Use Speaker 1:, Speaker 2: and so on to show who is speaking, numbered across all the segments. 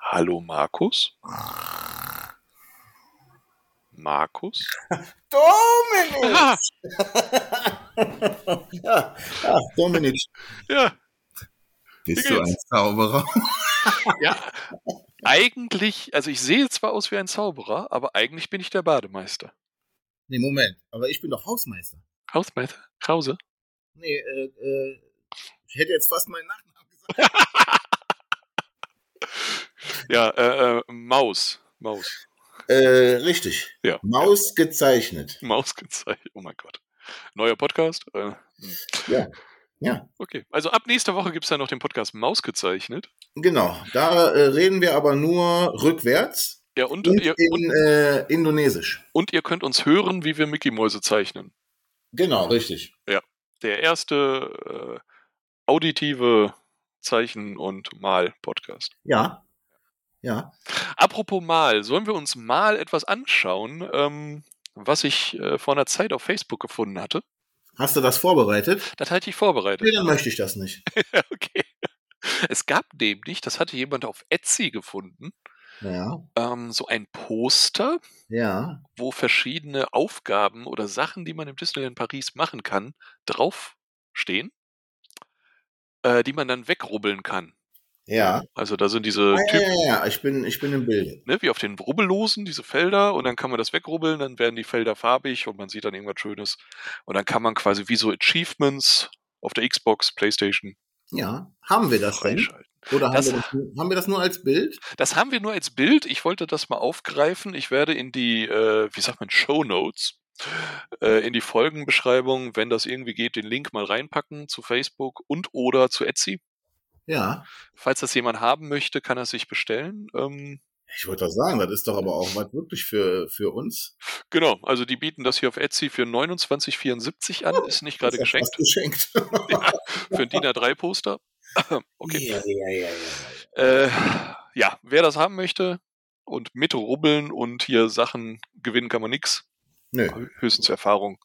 Speaker 1: Hallo Markus? Markus?
Speaker 2: Dominik!
Speaker 1: Ah,
Speaker 2: Ja, ja, Dominik,
Speaker 1: ja,
Speaker 3: Bist
Speaker 1: Wie
Speaker 3: du
Speaker 1: geht's?
Speaker 3: ein Zauberer?
Speaker 1: ja. Eigentlich, also ich sehe zwar aus wie ein Zauberer, aber eigentlich bin ich der Bademeister.
Speaker 2: nee, Moment, aber ich bin doch Hausmeister.
Speaker 1: Hausmeister? Krause?
Speaker 2: Nee, äh, äh, ich hätte jetzt fast meinen Nachnamen gesagt.
Speaker 1: Ja, äh, äh, Maus. Maus.
Speaker 2: Äh, richtig.
Speaker 1: Ja.
Speaker 2: Maus gezeichnet.
Speaker 1: Maus gezeigt. Oh mein Gott. Neuer Podcast? Äh,
Speaker 2: Ja,
Speaker 1: okay. Also ab nächster Woche gibt es dann noch den Podcast Maus gezeichnet.
Speaker 2: genau. Da äh, reden wir aber nur rückwärts
Speaker 1: Ja, und,
Speaker 2: und
Speaker 1: ihr,
Speaker 2: in
Speaker 1: und,
Speaker 2: äh, Indonesisch.
Speaker 1: und ihr könnt uns hören, wie wir Mickey-Mäuse zeichnen.
Speaker 2: Genau, richtig.
Speaker 1: Der erste äh, auditive Zeichen- und Mal-Podcast.
Speaker 2: Ja. Ja.
Speaker 1: Apropos Mal, sollen wir uns mal etwas anschauen, ähm, was ich äh, vor einer Zeit auf Facebook gefunden hatte?
Speaker 2: Hast du das vorbereitet?
Speaker 1: Das hatte ich vorbereitet.
Speaker 2: Nee, dann möchte ich das nicht.
Speaker 1: Ja, okay. Es gab nämlich, das hatte jemand auf Etsy gefunden,
Speaker 2: Ja.
Speaker 1: ähm, so ein Poster,
Speaker 2: Ja.
Speaker 1: wo verschiedene Aufgaben oder Sachen, die man im Disneyland Paris machen kann, draufstehen, äh, die man dann wegrubbeln kann.
Speaker 2: Ja.
Speaker 1: Also da sind diese
Speaker 2: Ah, ja,
Speaker 1: Typen,
Speaker 2: ja, ja, ich bin, ich bin im Bilde.
Speaker 1: ne, wie auf den Rubbellosen, diese Felder, und dann kann man das wegrubbeln, dann werden die Felder farbig und man sieht dann irgendwas Schönes. Und dann kann man quasi wie so Achievements auf der Xbox, Playstation
Speaker 2: Ja. Haben wir das denn?
Speaker 1: freischalten.
Speaker 2: Oder haben,
Speaker 1: Das-
Speaker 2: wir das, nur- haben wir das nur als Bild?
Speaker 1: Das haben wir nur als Bild. Ich wollte das mal aufgreifen. Ich werde in die, äh, wie sagt man, Show Notes, äh, in die Folgenbeschreibung, wenn das irgendwie geht, den Link mal reinpacken zu Facebook und oder zu Etsy.
Speaker 2: Ja.
Speaker 1: Falls das jemand haben möchte, kann er es sich bestellen. Ähm,
Speaker 2: Ich wollte doch sagen, das ist doch aber auch was wirklich für, für uns.
Speaker 1: genau, also die bieten das hier auf Etsy für 29,74 an. Ist nicht gerade
Speaker 2: Das ist ja
Speaker 1: geschenkt
Speaker 2: fast geschenkt.
Speaker 1: für ein DIN A3-Poster. Okay.
Speaker 2: Ja, ja, ja, ja.
Speaker 1: Äh, ja, wer das haben möchte und mit rubbeln und hier Sachen gewinnen kann man nix.
Speaker 2: Nö.
Speaker 1: Höchstens Erfahrung.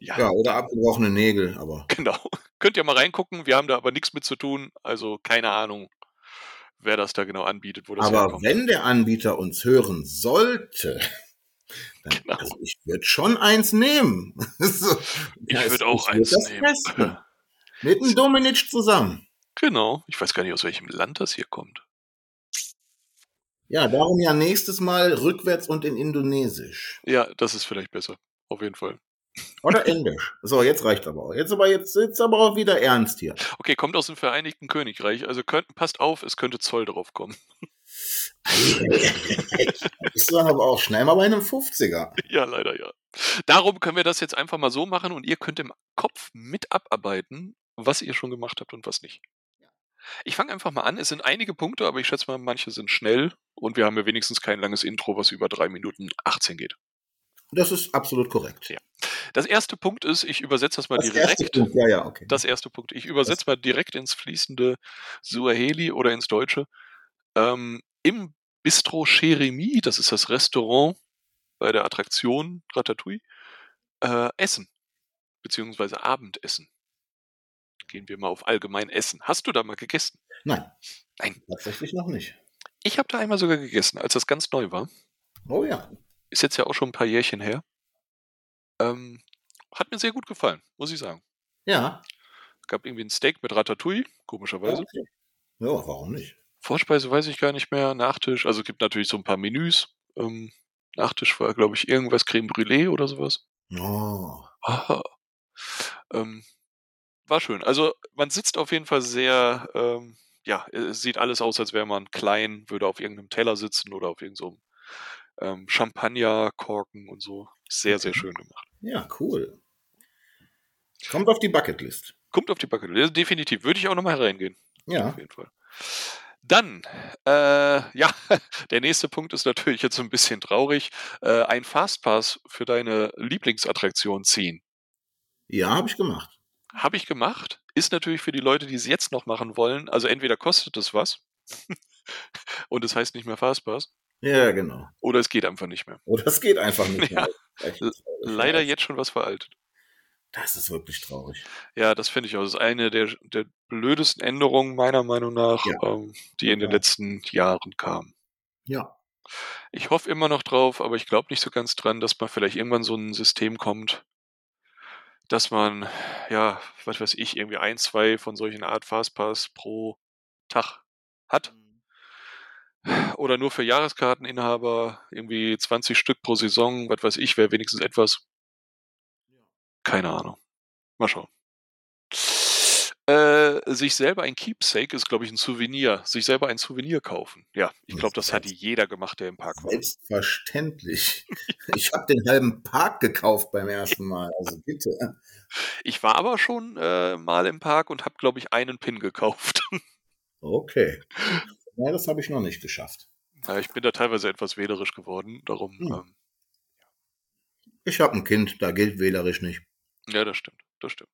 Speaker 1: Ja,
Speaker 2: Ja, oder abgebrochene Nägel, aber.
Speaker 1: genau. Könnt ihr mal reingucken. Wir haben da aber nichts mit zu tun. Also keine Ahnung, wer das da genau anbietet, wo das
Speaker 2: Aber
Speaker 1: herkommt.
Speaker 2: wenn der Anbieter uns hören sollte, dann
Speaker 1: Genau.
Speaker 2: also ich würde schon eins nehmen. So.
Speaker 1: Ich
Speaker 2: Ja,
Speaker 1: würde auch
Speaker 2: würd
Speaker 1: eins
Speaker 2: das
Speaker 1: nehmen.
Speaker 2: testen. Mit dem Dominic zusammen.
Speaker 1: Genau. Ich weiß gar nicht, aus welchem Land das hier kommt.
Speaker 2: Ja, darum ja nächstes Mal rückwärts und in Indonesisch.
Speaker 1: Ja, das ist vielleicht besser. Auf jeden Fall.
Speaker 2: Oder Englisch. So, jetzt reicht aber auch. Jetzt aber jetzt, jetzt aber auch wieder ernst hier.
Speaker 1: Okay, kommt aus dem Vereinigten Königreich. Also könnt, passt auf, es könnte Zoll drauf kommen.
Speaker 2: Ist dann aber auch schnell mal bei einem 50er.
Speaker 1: Ja, leider ja. Darum können wir das jetzt einfach mal so machen und ihr könnt im Kopf mit abarbeiten, was ihr schon gemacht habt und was nicht. Ich fange einfach mal an. Es sind einige Punkte, aber ich schätze mal, manche sind schnell und wir haben ja wenigstens kein langes Intro, was über drei Minuten 18 geht.
Speaker 2: Das ist absolut korrekt.
Speaker 1: Ja, Das erste Punkt ist, ich übersetze das mal
Speaker 2: Das erste
Speaker 1: direkt.
Speaker 2: Punkt, ja, ja, okay.
Speaker 1: Das erste Punkt. Ich übersetze mal direkt ins fließende Suaheli oder ins Deutsche. Ähm, Im Bistro Cherimi, das ist das Restaurant bei der Attraktion Ratatouille, äh, Essen. Beziehungsweise Abendessen. Gehen wir mal auf allgemein Essen. Hast du da mal gegessen?
Speaker 2: Nein.
Speaker 1: Nein.
Speaker 2: Tatsächlich noch nicht.
Speaker 1: Ich habe da einmal sogar gegessen, als das ganz neu war.
Speaker 2: Oh ja.
Speaker 1: Ist jetzt ja auch schon ein paar Jährchen her. Ähm, hat mir sehr gut gefallen, muss ich sagen.
Speaker 2: Ja.
Speaker 1: Gab irgendwie ein Steak mit Ratatouille, komischerweise.
Speaker 2: Okay. Ja, warum nicht?
Speaker 1: Vorspeise weiß ich gar nicht mehr. Nachtisch, also es gibt natürlich so ein paar Menüs. Ähm, Nachtisch war, glaube ich, irgendwas Creme Brûlée oder sowas.
Speaker 2: Oh.
Speaker 1: Ah. Ähm, war schön. Also man sitzt auf jeden Fall sehr, ähm, ja, es sieht alles aus, als wäre man klein, würde auf irgendeinem Teller sitzen oder auf irgendeinem ähm, Champagnerkorken und so. Sehr, sehr schön gemacht.
Speaker 2: Ja, cool. Kommt auf die Bucketlist.
Speaker 1: Kommt auf die Backe. Definitiv. Würde ich auch nochmal reingehen.
Speaker 2: Ja.
Speaker 1: Auf jeden Fall. Dann, äh, ja, der nächste Punkt ist natürlich jetzt so ein bisschen traurig. Äh, ein Fastpass für deine Lieblingsattraktion ziehen.
Speaker 2: Ja, habe ich gemacht.
Speaker 1: Habe ich gemacht. Ist natürlich für die Leute, die es jetzt noch machen wollen, also entweder kostet es was und es heißt nicht mehr Fastpass
Speaker 2: Ja, genau.
Speaker 1: oder es geht einfach nicht mehr.
Speaker 2: Oh, das geht einfach nicht.
Speaker 1: Ja.
Speaker 2: Mehr. Echt.
Speaker 1: Leider jetzt schon was veraltet.
Speaker 2: Das ist wirklich traurig.
Speaker 1: Ja, das finde ich auch. Das ist eine der, der blödesten Änderungen meiner Meinung nach,
Speaker 2: Ja.
Speaker 1: ähm, die in den
Speaker 2: Ja.
Speaker 1: letzten Jahren kamen.
Speaker 2: Ja.
Speaker 1: Ich hoffe immer noch drauf, aber ich glaube nicht so ganz dran, dass man vielleicht irgendwann so ein System kommt, dass man, ja, was weiß ich, irgendwie ein, zwei von solchen Art Fastpass pro Tag hat. Oder nur für Jahreskarteninhaber irgendwie 20 Stück pro Saison, was weiß ich, wäre wenigstens etwas. Keine Ahnung. Mal schauen. Äh, sich selber ein Keepsake ist, glaube ich, ein Souvenir. Sich selber ein Souvenir kaufen. Ja, ich glaube, das hat jeder gemacht, der im Park war.
Speaker 2: Selbstverständlich. Ich habe den halben Park gekauft beim ersten Mal. Also bitte.
Speaker 1: Ich war aber schon äh, mal im Park und habe, glaube ich, einen Pin gekauft.
Speaker 2: Okay. Ja, das habe ich noch nicht geschafft.
Speaker 1: ja, ich bin da teilweise etwas wählerisch geworden. Darum,
Speaker 2: Hm.
Speaker 1: ähm,
Speaker 2: Ich habe ein Kind, da gilt wählerisch nicht.
Speaker 1: ja, das stimmt. Das stimmt.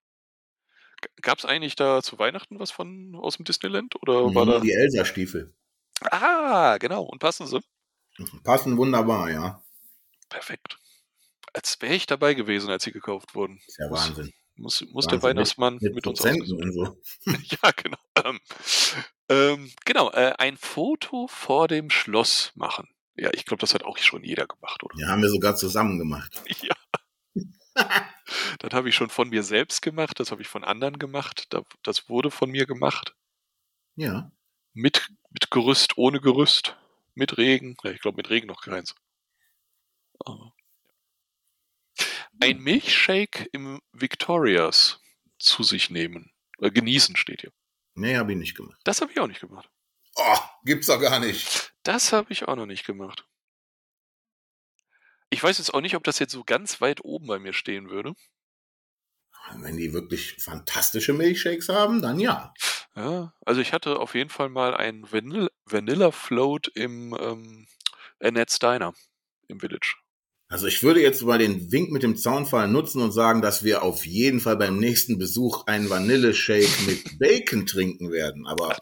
Speaker 1: Gab es eigentlich da zu Weihnachten was von aus dem Disneyland? Oder war
Speaker 2: Nur
Speaker 1: da.
Speaker 2: die Elsa-Stiefel.
Speaker 1: Ah, genau. Und passen sie.
Speaker 2: Passen wunderbar, ja.
Speaker 1: Perfekt. Als wäre ich dabei gewesen, als sie gekauft wurden.
Speaker 2: Ist ja
Speaker 1: Muss-
Speaker 2: Wahnsinn.
Speaker 1: Muss, muss der
Speaker 2: Wahnsinn,
Speaker 1: Weihnachtsmann mit,
Speaker 2: Mit,
Speaker 1: uns
Speaker 2: Prozenten
Speaker 1: ausgesucht.
Speaker 2: und so.
Speaker 1: Ja, genau. Ähm, ähm, genau, äh, ein Foto vor dem Schloss machen. Ja, ich glaube, das hat auch schon jeder gemacht, oder?
Speaker 2: Ja, haben wir sogar zusammen gemacht.
Speaker 1: Ja. das habe ich schon von mir selbst gemacht, das habe ich von anderen gemacht, da- das wurde von mir gemacht.
Speaker 2: Ja.
Speaker 1: Mit, mit Gerüst, ohne Gerüst, mit Regen. Ja, ich glaube, mit Regen noch keins. Aber. Ein Milchshake im Victorias zu sich nehmen. Äh, genießen steht hier.
Speaker 2: Nee, habe ich nicht gemacht.
Speaker 1: Das habe ich auch nicht gemacht.
Speaker 2: Oh, gibt's doch gar nicht.
Speaker 1: Das habe ich auch noch nicht gemacht. Ich weiß jetzt auch nicht, ob das jetzt so ganz weit oben bei mir stehen würde.
Speaker 2: Wenn die wirklich fantastische Milchshakes haben, dann ja.
Speaker 1: Ja, also ich hatte auf jeden Fall mal einen Vanilla, Vanilla Float im ähm, Annette's Diner im Village.
Speaker 2: Also ich würde jetzt mal den Wink mit dem Zaunfall nutzen und sagen, dass wir auf jeden Fall beim nächsten Besuch einen Vanilleshake mit Bacon trinken werden. Aber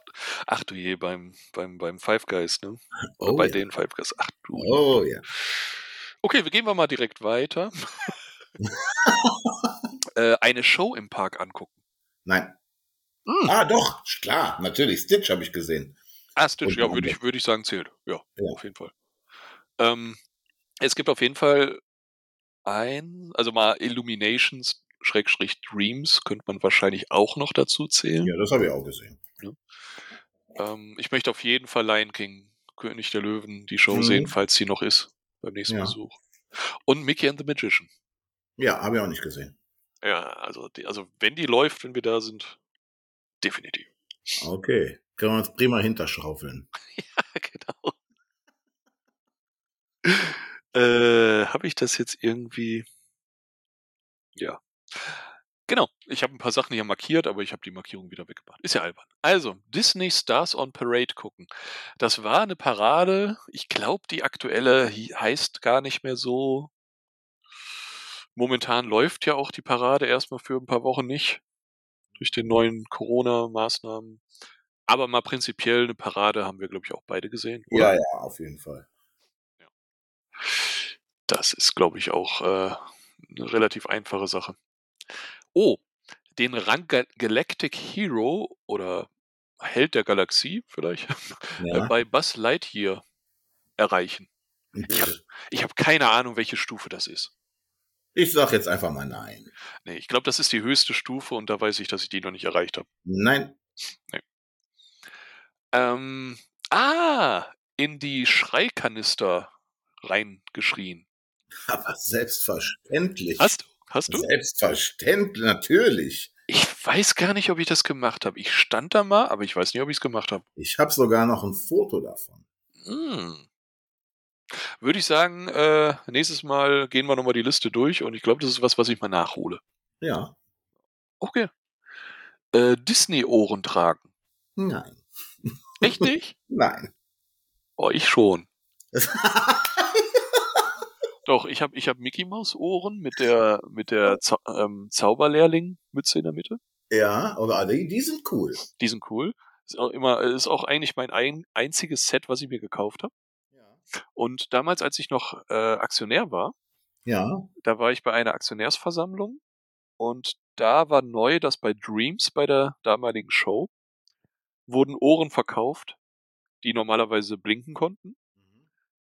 Speaker 1: Ach du je, beim, beim, beim Five Guys, ne? Oder
Speaker 2: oh,
Speaker 1: bei
Speaker 2: ja.
Speaker 1: den Five Guys. Ach du.
Speaker 2: oh ja.
Speaker 1: Okay, wir gehen wir mal direkt weiter. äh, eine Show im Park angucken.
Speaker 2: Nein.
Speaker 1: Mm.
Speaker 2: Ah, doch, klar, natürlich. Stitch habe ich gesehen.
Speaker 1: Ah, Stitch,
Speaker 2: Und
Speaker 1: ja,
Speaker 2: eine
Speaker 1: würde
Speaker 2: andere.
Speaker 1: ich, würde ich sagen, zählt. Ja,
Speaker 2: Oh, Ja.
Speaker 1: auf jeden Fall. Ähm, es gibt auf jeden Fall ein, also mal Illuminations, Schrägstrich Dreams, könnte man wahrscheinlich auch noch dazu zählen.
Speaker 2: Ja, das habe ich auch gesehen.
Speaker 1: Ähm, ich möchte auf jeden Fall Lion King, König der Löwen, die Show
Speaker 2: Mhm.
Speaker 1: sehen, falls sie noch ist, beim nächsten
Speaker 2: Ja.
Speaker 1: Besuch. Und Mickey and the Magician.
Speaker 2: Ja, habe ich auch nicht gesehen.
Speaker 1: Ja, also, die, also wenn die läuft, wenn wir da sind, definitiv.
Speaker 2: Okay. Können wir uns prima hinterschaufeln.
Speaker 1: genau. Äh, habe ich das jetzt irgendwie? Ja. Genau, ich habe ein paar Sachen hier markiert, aber ich habe die Markierung wieder weggemacht. Ist ja albern. Also, Disney Stars on Parade gucken. Das war eine Parade. Ich glaube, die aktuelle hi- heißt gar nicht mehr so. Momentan läuft ja auch die Parade erstmal für ein paar Wochen nicht. Durch den neuen Corona-Maßnahmen. Aber mal prinzipiell eine Parade haben wir, glaube ich, auch beide gesehen. oder?
Speaker 2: Ja, ja, auf jeden Fall.
Speaker 1: Das ist, glaube ich, auch äh, eine relativ einfache Sache. Oh, den Rang Ga- Galactic Hero oder Held der Galaxie vielleicht äh,
Speaker 2: Ja.
Speaker 1: bei Buzz Lightyear erreichen. Ich habe keine Ahnung, welche Stufe das ist.
Speaker 2: Ich sag jetzt einfach mal nein.
Speaker 1: Nee, ich glaube, das ist die höchste Stufe und da weiß ich, dass ich die noch nicht erreicht habe.
Speaker 2: Nein.
Speaker 1: Ähm, ah, in die Schreikanister reingeschrien.
Speaker 2: Aber selbstverständlich.
Speaker 1: Hast du? Hast du?
Speaker 2: Selbstverständlich, natürlich.
Speaker 1: Ich weiß gar nicht, ob ich das gemacht habe. Ich stand da mal, aber ich weiß nicht, ob ich es gemacht habe.
Speaker 2: Ich habe sogar noch ein Foto davon.
Speaker 1: Mm. Würde ich sagen, äh, nächstes Mal gehen wir nochmal die Liste durch und ich glaube, das ist was, was ich mal nachhole.
Speaker 2: Ja.
Speaker 1: Okay. Äh, Disney-Ohren tragen.
Speaker 2: Nein.
Speaker 1: Echt nicht?
Speaker 2: Nein.
Speaker 1: oh, ich schon. Doch, ich habe ich hab Mickey Maus Ohren mit der, mit der Zau ähm, Zauberlehrling-Mütze in der Mitte.
Speaker 2: ja, aber die, die sind cool.
Speaker 1: Die sind cool. Ist auch, immer, ist auch eigentlich mein ein, einziges Set, was ich mir gekauft habe.
Speaker 2: Ja.
Speaker 1: Und damals, als ich noch äh, Aktionär war,
Speaker 2: Ja.
Speaker 1: da war ich bei einer Aktionärsversammlung Und da war neu, dass bei Dreams, bei der damaligen Show, wurden Ohren verkauft, die normalerweise blinken konnten.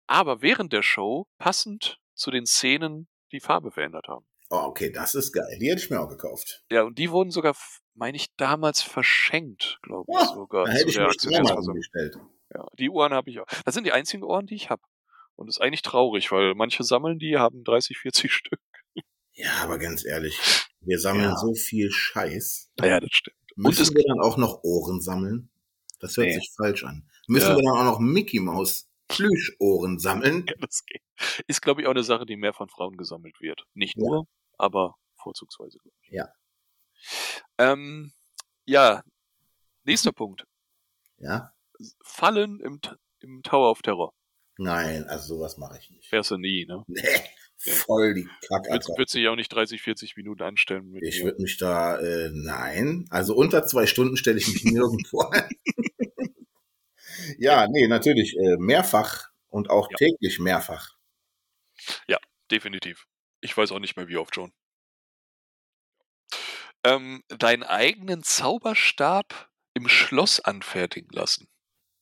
Speaker 1: Aber während der Show passend zu den Szenen die Farbe verändert haben.
Speaker 2: Oh, okay, das ist geil. Die hätte ich mir auch gekauft.
Speaker 1: Ja, und die wurden sogar, meine ich, damals verschenkt, glaube ich
Speaker 2: Ja,
Speaker 1: sogar.
Speaker 2: Da
Speaker 1: zu
Speaker 2: hätte ich
Speaker 1: der
Speaker 2: mir zweimal
Speaker 1: Aktionärsversammlung.
Speaker 2: umgestellt.
Speaker 1: Ja, die Uhren habe ich auch. Das sind die einzigen Uhren, die ich habe. Und das ist eigentlich traurig, weil manche sammeln die, haben 30, 40 Stück.
Speaker 2: Ja, aber ganz ehrlich, wir sammeln
Speaker 1: Ja.
Speaker 2: so viel Scheiß.
Speaker 1: Ja, das stimmt.
Speaker 2: Müssen
Speaker 1: es-
Speaker 2: wir dann auch noch Ohren sammeln? Das hört
Speaker 1: Nee.
Speaker 2: sich falsch an. Müssen
Speaker 1: Ja.
Speaker 2: wir dann auch noch Mickey Maus Plüschohren sammeln?
Speaker 1: Ja, das geht. Ist, glaube ich, auch eine Sache, die mehr von Frauen gesammelt wird. Nicht
Speaker 2: Ja.
Speaker 1: nur, aber vorzugsweise. glaub ich.
Speaker 2: Ja.
Speaker 1: Ähm, ja, nächster Punkt.
Speaker 2: Ja?
Speaker 1: Fallen im, T- im Tower of Terror.
Speaker 2: Nein, also sowas mache ich nicht.
Speaker 1: Wärst du nie, ne?
Speaker 2: Nee, voll die
Speaker 1: Würdest
Speaker 2: Kacke.
Speaker 1: würdest du dich auch nicht 30, 40 Minuten anstellen mit
Speaker 2: Ich
Speaker 1: mir.
Speaker 2: würde mich da, äh, nein. Also unter zwei Stunden stelle ich mich nirgendwo an. ja, nee, natürlich äh, mehrfach und auch
Speaker 1: Ja.
Speaker 2: täglich mehrfach.
Speaker 1: Definitiv. Ich weiß auch nicht mehr, wie oft schon. Ähm, deinen eigenen Zauberstab im Schloss anfertigen lassen.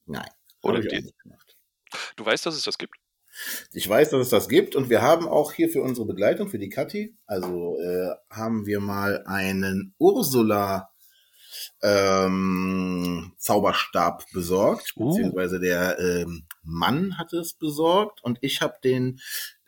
Speaker 2: Nein.
Speaker 1: Oder
Speaker 2: hab ich, auch
Speaker 1: die-
Speaker 2: nicht gemacht.
Speaker 1: Du weißt, dass es das gibt?
Speaker 2: ich weiß, dass es das gibt und wir haben auch hier für unsere Begleitung, für die Kathi, also äh, haben wir mal einen Ursula ähm, Zauberstab besorgt,
Speaker 1: Uh.
Speaker 2: beziehungsweise der ähm, Mann hat es besorgt und ich habe den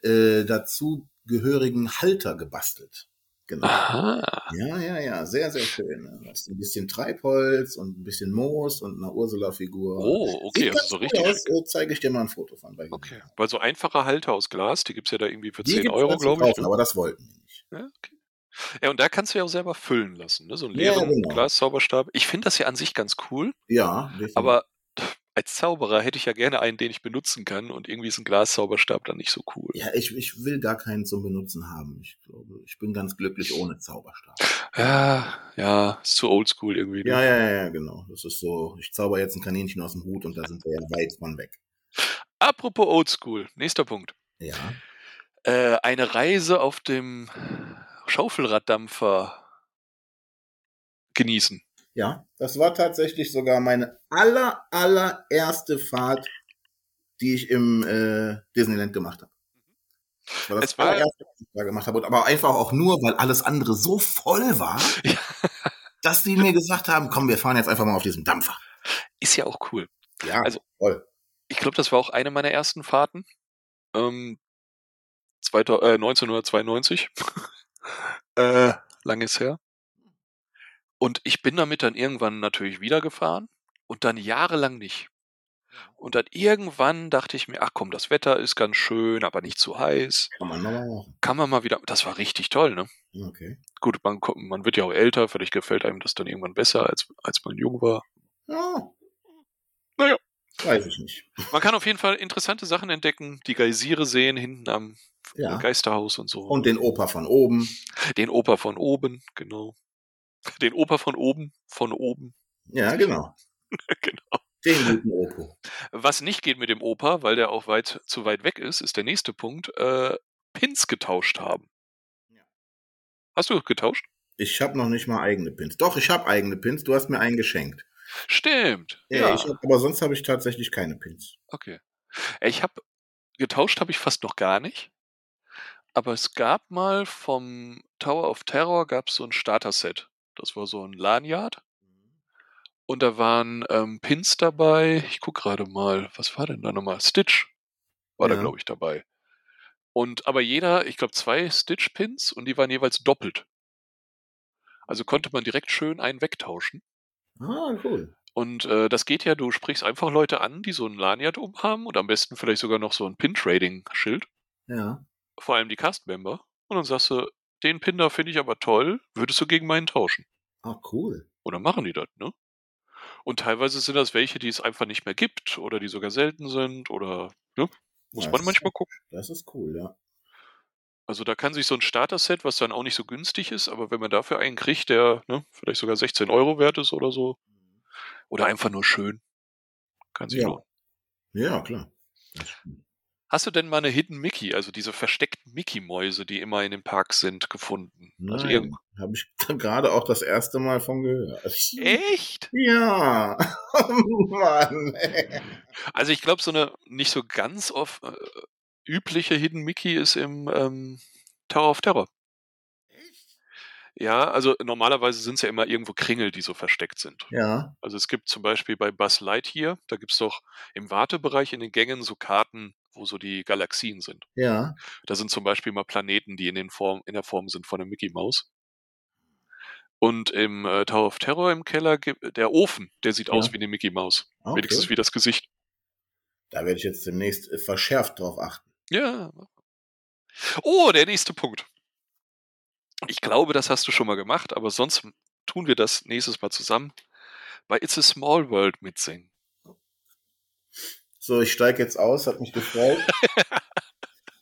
Speaker 2: äh, dazu gehörigen Halter gebastelt. Genau.
Speaker 1: Ah. Aha.
Speaker 2: Ja, ja, ja, sehr, sehr schön. ne? Hast ein bisschen Treibholz und ein bisschen Moos und eine Ursula-Figur.
Speaker 1: Oh, okay, also
Speaker 2: Sieht ganz
Speaker 1: so
Speaker 2: cool
Speaker 1: richtig.
Speaker 2: Aus, äh, zeige ich dir mal ein Foto von bei
Speaker 1: Okay. Weil so einfache Halter aus Glas, die gibt's ja da irgendwie für
Speaker 2: Die
Speaker 1: 10
Speaker 2: gibt's
Speaker 1: Euro,
Speaker 2: dazu
Speaker 1: glaube ich.
Speaker 2: Kaufen, aber das wollten wir nicht.
Speaker 1: ne? Ja, okay. ja, und da kannst du ja auch selber füllen lassen, ne? So einen
Speaker 2: Ja,
Speaker 1: leeren
Speaker 2: genau.
Speaker 1: Glaszauberstab. Ich finde das ja an sich ganz cool,
Speaker 2: Ja, definitiv.
Speaker 1: aber als Zauberer hätte ich ja gerne einen, den ich benutzen kann und irgendwie ist ein Glaszauberstab dann nicht so cool.
Speaker 2: ja, ich, ich will gar keinen zum Benutzen haben. Ich glaube, ich bin ganz glücklich ohne Zauberstab.
Speaker 1: Ja, Ah, ja, ist zu oldschool irgendwie. ne?
Speaker 2: Ja, ja, ja, ja, genau. Das ist so, ich zauber jetzt ein Kaninchen aus dem Hut und da sind wir ja weit von weg.
Speaker 1: Apropos oldschool, nächster Punkt.
Speaker 2: Ja.
Speaker 1: Äh, eine Reise auf dem Schaufelraddampfer genießen.
Speaker 2: Ja, das war tatsächlich sogar meine aller, allererste Fahrt, die ich im äh, Disneyland gemacht habe. Das war das
Speaker 1: Es war-
Speaker 2: allererste, was ich da gemacht habe. Und Aber einfach auch nur, weil alles andere so voll war,
Speaker 1: Ja.
Speaker 2: dass die mir gesagt haben, komm, wir fahren jetzt einfach mal auf diesem Dampfer.
Speaker 1: Ist ja auch cool.
Speaker 2: Ja,
Speaker 1: Also-
Speaker 2: voll.
Speaker 1: ich glaube, das war auch eine meiner ersten Fahrten. Ähm, 2000, äh, 1992. äh, lang ist her. Und ich bin damit dann irgendwann natürlich wiedergefahren und dann jahrelang nicht. Und dann irgendwann dachte ich mir, ach komm, das Wetter ist ganz schön, aber nicht zu heiß.
Speaker 2: Kann man nochmal machen.
Speaker 1: Kann man mal wieder. Das war richtig toll, ne?
Speaker 2: Okay.
Speaker 1: Gut, man, kommt- man wird ja auch älter, vielleicht gefällt einem das dann irgendwann besser, als, als man jung war.
Speaker 2: Ja.
Speaker 1: Naja.
Speaker 2: Weiß ich nicht.
Speaker 1: Man kann auf jeden Fall interessante Sachen entdecken, die Geysire sehen hinten am
Speaker 2: Ja.
Speaker 1: Geisterhaus und so.
Speaker 2: Und den Opa von oben.
Speaker 1: Den Opa von oben, genau. Den Opa von oben, von oben.
Speaker 2: Ja, genau.
Speaker 1: genau.
Speaker 2: Den guten Opo.
Speaker 1: Was nicht geht mit dem Opa, weil der auch weit zu weit weg ist, ist der nächste Punkt. Äh, Pins getauscht haben.
Speaker 2: Ja.
Speaker 1: Hast du getauscht?
Speaker 2: Ich habe noch nicht mal eigene Pins. Doch, ich habe eigene Pins. Du hast mir einen geschenkt.
Speaker 1: Stimmt.
Speaker 2: Ja, Ich hab, aber sonst habe ich tatsächlich keine Pins.
Speaker 1: okay. Ich habe getauscht, habe ich fast noch gar nicht. Aber es gab mal vom Tower of Terror gab es so ein Starter-Set. Das war so ein Lanyard. Und da waren ähm, Pins dabei. Ich guck gerade mal, was war denn da nochmal? Stitch war da,
Speaker 2: Ja.
Speaker 1: glaube ich, dabei. Und aber jeder, ich glaube, zwei Stitch-Pins und die waren jeweils doppelt. Also konnte man direkt schön einen wegtauschen.
Speaker 2: Ah, cool.
Speaker 1: Und äh, das geht ja, du sprichst einfach Leute an, die so einen Lanyard umhaben und am besten vielleicht sogar noch so ein Pin-Trading-Schild.
Speaker 2: Ja.
Speaker 1: Vor allem die Cast-Member. Und dann sagst du, den Pin da finde ich aber toll, würdest du gegen meinen tauschen?
Speaker 2: Ah, cool.
Speaker 1: Und dann machen die das, ne? Und teilweise sind das welche, die es einfach nicht mehr gibt oder die sogar selten sind oder ne? muss
Speaker 2: Ja,
Speaker 1: man
Speaker 2: das-
Speaker 1: manchmal gucken.
Speaker 2: Das ist cool, ja.
Speaker 1: Also da kann sich so ein Starter-Set, was dann auch nicht so günstig ist, aber wenn man dafür einen kriegt, der ne, vielleicht sogar 16 Euro wert ist oder so, oder einfach nur schön, kann sich
Speaker 2: Ja.
Speaker 1: lohnen.
Speaker 2: Ja, klar.
Speaker 1: Hast du denn mal eine Hidden Mickey, also diese versteckten Mickey-Mäuse, die immer in den Parks sind, gefunden? Also
Speaker 2: Nein,
Speaker 1: irgend-
Speaker 2: habe ich gerade auch das erste Mal von gehört.
Speaker 1: Echt?
Speaker 2: Ja, Oh Mann. ey.
Speaker 1: Also ich glaube, so eine nicht so ganz off, äh, übliche Hidden Mickey ist im ähm, Tower of Terror. Ja, also normalerweise sind es ja immer irgendwo Kringel, die so versteckt sind.
Speaker 2: Ja,
Speaker 1: Also es gibt zum Beispiel bei Buzz Lightyear, da gibt es doch im Wartebereich in den Gängen so Karten, wo so die Galaxien sind.
Speaker 2: ja.
Speaker 1: Da sind zum Beispiel mal Planeten, die in, den Form, in der Form sind von einem Mickey Mouse. Und im äh, Tower of Terror im Keller gibt äh, der Ofen, der sieht aus wie eine Mickey Mouse. Wenigstens
Speaker 2: Okay.
Speaker 1: wie das Gesicht.
Speaker 2: Da werde ich jetzt demnächst äh, verschärft drauf achten.
Speaker 1: Ja. Oh, der nächste Punkt. Ich glaube, das hast du schon mal gemacht, aber sonst tun wir das nächstes Mal zusammen. Bei It's a Small World mitsingen.
Speaker 2: So, ich steige jetzt aus, hat mich gefreut.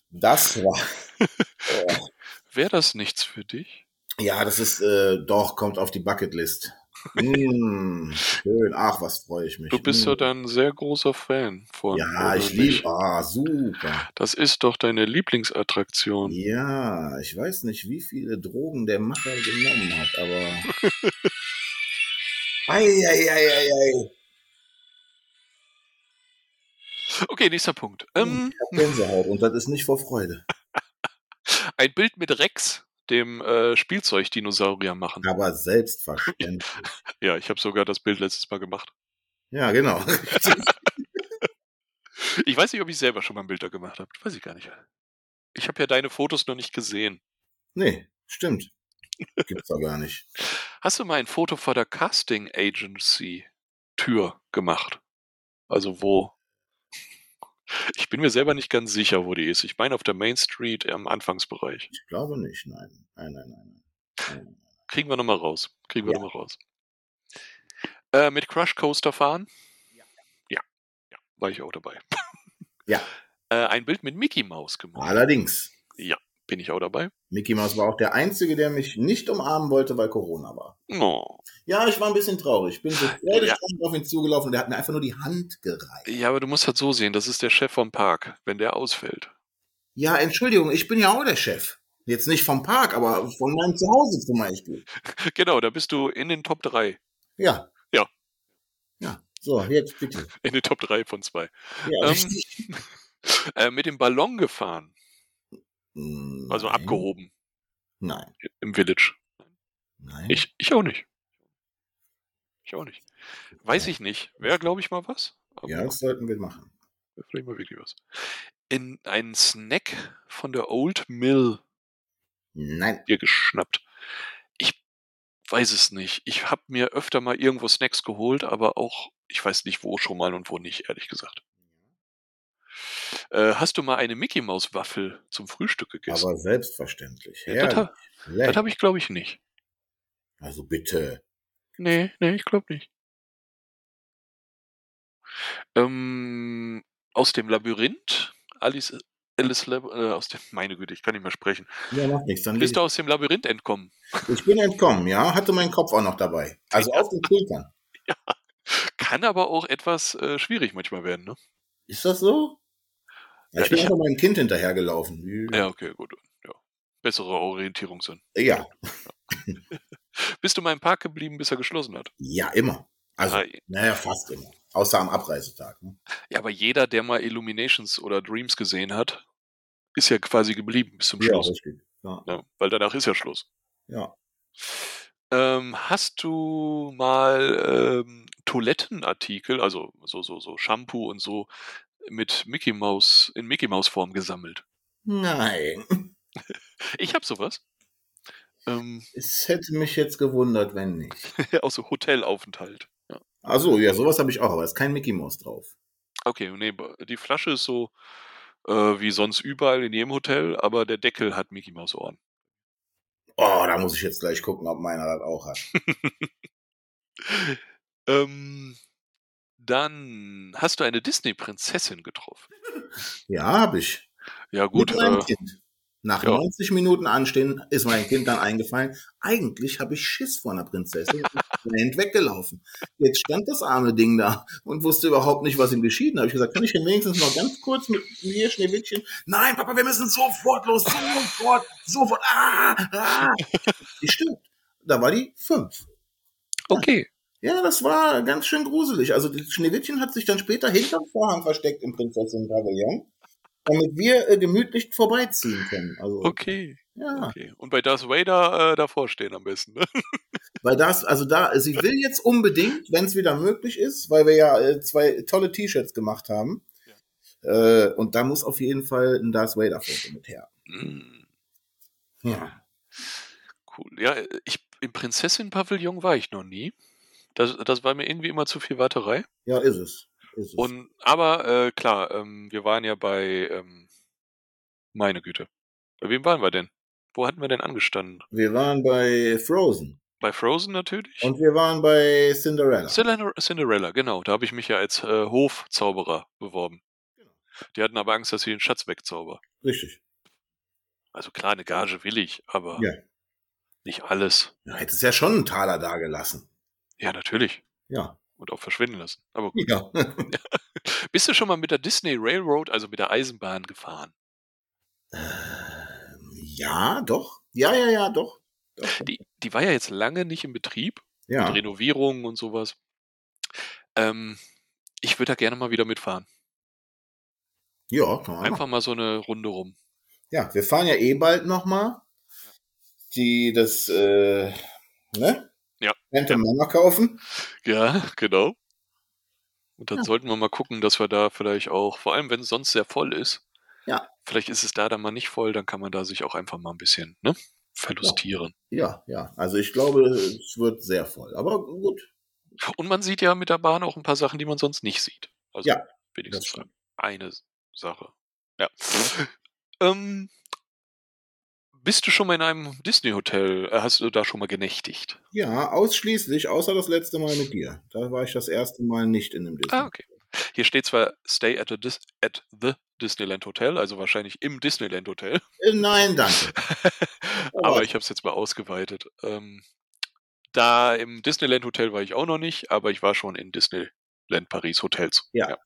Speaker 2: Das war. Oh.
Speaker 1: Wäre das nichts für dich?
Speaker 2: Ja, das ist äh, doch, kommt auf die Bucketlist. Mm, schön, ach, was freue ich mich.
Speaker 1: Du bist
Speaker 2: Mm.
Speaker 1: ja dann ein sehr großer Fan von.
Speaker 2: Ja,
Speaker 1: oder
Speaker 2: ich
Speaker 1: nicht?
Speaker 2: liebe. Ah, super.
Speaker 1: Das ist doch deine Lieblingsattraktion.
Speaker 2: Ja, ich weiß nicht, wie viele Drogen der Macher genommen hat, aber. Eieieiei.
Speaker 1: Okay, nächster Punkt. Ähm,
Speaker 2: Gänsehaut und das ist nicht vor Freude.
Speaker 1: ein Bild mit Rex, dem äh, Spielzeugdinosaurier, machen.
Speaker 2: Aber selbstverständlich.
Speaker 1: Ja, ich habe sogar das Bild letztes Mal gemacht.
Speaker 2: Ja, genau.
Speaker 1: Ich weiß nicht, ob ich selber schon mal ein Bild da gemacht habe. Weiß ich gar nicht. Ich habe ja deine Fotos noch nicht gesehen.
Speaker 2: Nee, stimmt. Gibt's doch gar nicht.
Speaker 1: Hast du mal ein Foto vor der Casting Agency Tür gemacht? Also wo? Ich bin mir selber nicht ganz sicher, wo die ist. Ich meine auf der Main Street im Anfangsbereich.
Speaker 2: Ich glaube nicht, nein. Nein, nein, nein. nein.
Speaker 1: Kriegen wir nochmal raus. Kriegen wir
Speaker 2: Ja.
Speaker 1: nochmal raus. Äh, mit Crush Coaster fahren?
Speaker 2: Ja.
Speaker 1: Ja. ja. War ich auch dabei.
Speaker 2: Ja.
Speaker 1: Äh, ein Bild mit Mickey Mouse gemacht.
Speaker 2: Allerdings,
Speaker 1: Bin ich auch dabei?
Speaker 2: Mickey Mouse war auch der Einzige, der mich nicht umarmen wollte, weil Corona war.
Speaker 1: No.
Speaker 2: Ja, ich war ein bisschen traurig. Bin so freudig
Speaker 1: Ah, Ja.
Speaker 2: auf ihn zugelaufen und der hat mir einfach nur die Hand gereicht.
Speaker 1: Ja, aber du musst halt so sehen, das ist der Chef vom Park, wenn der ausfällt.
Speaker 2: Ja, Entschuldigung, ich bin ja auch der Chef. Jetzt nicht vom Park, aber von meinem Zuhause zum Beispiel.
Speaker 1: Genau, da bist du in den Top 3.
Speaker 2: Ja.
Speaker 1: Ja.
Speaker 2: Ja. So, jetzt bitte.
Speaker 1: In den Top 3 von zwei.
Speaker 2: Ja,
Speaker 1: Ähm,
Speaker 2: richtig.
Speaker 1: Äh, mit dem Ballon gefahren,
Speaker 2: Hm,
Speaker 1: also
Speaker 2: nein.
Speaker 1: abgehoben
Speaker 2: Nein.
Speaker 1: im Village.
Speaker 2: Nein.
Speaker 1: Ich, ich auch nicht. Ich auch nicht. Weiß ich nicht. Wäre, glaube ich, mal was. Aber
Speaker 2: ja, das sollten wir machen.
Speaker 1: wär Vielleicht mal wirklich was. In einen Snack von der Old Mill
Speaker 2: Nein.
Speaker 1: dir geschnappt. Ich weiß es nicht. Ich habe mir öfter mal irgendwo Snacks geholt, aber auch, ich weiß nicht wo schon mal und wo nicht, ehrlich gesagt. Äh, hast du mal eine Mickey Maus Waffel zum Frühstück gegessen?
Speaker 2: Aber selbstverständlich.
Speaker 1: Ja, das
Speaker 2: Herrlich.
Speaker 1: ha- das habe ich, glaube ich, nicht.
Speaker 2: Also bitte.
Speaker 1: Nee, nee, ich glaube nicht. Ähm, aus dem Labyrinth, Alice, Alice Lab, äh, aus dem, meine Güte, ich kann nicht mehr sprechen.
Speaker 2: Ja, macht nichts. Dann
Speaker 1: Bist du aus dem Labyrinth entkommen?
Speaker 2: Ich bin entkommen, ja. Hatte meinen Kopf auch noch dabei. Also auf den Schultern.
Speaker 1: Kann aber auch etwas äh, schwierig manchmal werden, ne?
Speaker 2: Ist das so? Ja, Äh, ich bin
Speaker 1: Ja, ich-
Speaker 2: einfach meinem Kind hinterhergelaufen.
Speaker 1: Ja, okay, gut. Ja. Bessere Orientierungssinn.
Speaker 2: Ja,
Speaker 1: Bist du mal im Park geblieben, bis er geschlossen hat?
Speaker 2: ja, immer. Also,
Speaker 1: Ah,
Speaker 2: naja, fast immer. Außer am Abreisetag. Ne?
Speaker 1: Ja, aber jeder, der mal Illuminations oder Dreams gesehen hat, ist ja quasi geblieben bis zum
Speaker 2: Ja,
Speaker 1: Schluss.
Speaker 2: richtig. Ja.
Speaker 1: Ja, weil danach ist ja Schluss.
Speaker 2: Ja.
Speaker 1: Ähm, hast du mal ähm, Toilettenartikel, also so, so, so Shampoo und so, mit Mickey Mouse, in Mickey Mouse Form gesammelt?
Speaker 2: Nein.
Speaker 1: Ich hab sowas. Ähm,
Speaker 2: Es hätte mich jetzt gewundert, wenn nicht.
Speaker 1: aus dem Hotelaufenthalt. Ja.
Speaker 2: Also, ja, sowas habe ich auch, aber es ist kein Mickey Mouse drauf.
Speaker 1: Okay, nee, ba- die Flasche ist so äh, wie sonst überall in jedem Hotel, aber der Deckel hat Mickey Maus Ohren.
Speaker 2: Oh, da muss ich jetzt gleich gucken, ob meiner das auch hat.
Speaker 1: Ähm, dann hast du eine Disney-Prinzessin getroffen.
Speaker 2: Ja, habe ich.
Speaker 1: Ja gut,
Speaker 2: Mit meinem
Speaker 1: äh,
Speaker 2: Kind. Nach
Speaker 1: Ja.
Speaker 2: 90 Minuten anstehen ist mein Kind dann eingefallen. Eigentlich habe ich Schiss vor einer Prinzessin und bin weggelaufen. Jetzt stand das arme Ding da und wusste überhaupt nicht, was ihm geschieht. Da habe ich gesagt, kann ich denn wenigstens noch ganz kurz mit mir Schneewittchen? Nein, Papa, wir müssen sofort los, sofort, sofort. Ah, ah. Die stirbt. Da war die fünf.
Speaker 1: Okay.
Speaker 2: Ja, das war ganz schön gruselig. Also das Schneewittchen hat sich dann später hinterm Vorhang versteckt im Prinzessin Pavillon, damit wir äh, gemütlich vorbeiziehen können. Also
Speaker 1: Okay.
Speaker 2: ja,
Speaker 1: okay. Und bei Darth Vader äh, davor stehen am besten. Ne?
Speaker 2: weil das, also da, sie will jetzt unbedingt, wenn es wieder möglich ist, weil wir ja äh, zwei tolle T-Shirts gemacht haben. Äh, und da muss auf jeden Fall ein Darth Vader Foto mit her.
Speaker 1: Mm,
Speaker 2: Ja.
Speaker 1: cool. Ja, äh, ich, im Prinzessin-Pavillon war ich noch nie. Das, das war mir irgendwie immer zu viel Warterei.
Speaker 2: Ja, ist es. Ist es.
Speaker 1: Und, aber äh, klar, ähm, wir waren ja bei, ähm, meine Güte. Bei wem waren wir denn? Wo hatten wir denn angestanden?
Speaker 2: wir waren bei Frozen
Speaker 1: Bei Frozen natürlich.
Speaker 2: und wir waren bei Cinderella.
Speaker 1: Cinderella, Cinderella genau. Da habe ich mich ja als äh, Hofzauberer beworben.
Speaker 2: Genau.
Speaker 1: Die hatten aber Angst, dass sie den Schatz wegzaubern.
Speaker 2: Richtig.
Speaker 1: Also klar, eine Gage will ich, aber
Speaker 2: Ja.
Speaker 1: nicht alles.
Speaker 2: Ja, hättest ja schon einen Taler da gelassen.
Speaker 1: Ja, natürlich.
Speaker 2: Ja.
Speaker 1: Und auch verschwinden lassen. Aber gut.
Speaker 2: Ja.
Speaker 1: Bist du schon mal mit der Disney Railroad, also mit der Eisenbahn, gefahren?
Speaker 2: Ähm, ja, doch. Ja, ja, ja, doch. doch.
Speaker 1: Die, die war ja jetzt lange nicht in Betrieb.
Speaker 2: Ja.
Speaker 1: Mit Renovierungen und sowas. Ähm, ich würde da gerne mal wieder mitfahren.
Speaker 2: Ja, kann man machen.
Speaker 1: Einfach mal so eine Runde rum.
Speaker 2: ja, wir fahren ja eh bald nochmal. Die das, äh, ne?
Speaker 1: Ja.
Speaker 2: Phantom Männer kaufen.
Speaker 1: Ja, genau. Und dann sollten wir mal gucken, dass wir da vielleicht auch, vor allem wenn es sonst sehr voll ist,
Speaker 2: Ja.
Speaker 1: vielleicht ist es da dann mal nicht voll, dann kann man da sich auch einfach mal ein bisschen ne, verlustieren.
Speaker 2: Ja, ja. Also ich glaube, es wird sehr voll. Aber gut.
Speaker 1: Und man sieht ja mit der Bahn auch ein paar Sachen, die man sonst nicht sieht. Also
Speaker 2: Ja, das
Speaker 1: wenigstens
Speaker 2: stimmt.
Speaker 1: eine Sache. Ja. ähm, bist du schon mal in einem Disney-Hotel? Äh, Hast du da schon mal genächtigt?
Speaker 2: Ja, ausschließlich, außer das letzte Mal mit dir. Da war ich das erste Mal nicht in dem Disney.
Speaker 1: Ah, okay. Hier steht zwar Stay at the, Dis at the Disneyland Hotel, also wahrscheinlich im Disneyland Hotel.
Speaker 2: Äh, Nein, danke.
Speaker 1: aber ich habe es jetzt mal ausgeweitet. Ähm, da im Disneyland Hotel war ich auch noch nicht, aber ich war schon in Disneyland Paris Hotels.
Speaker 2: Ja.
Speaker 1: ja.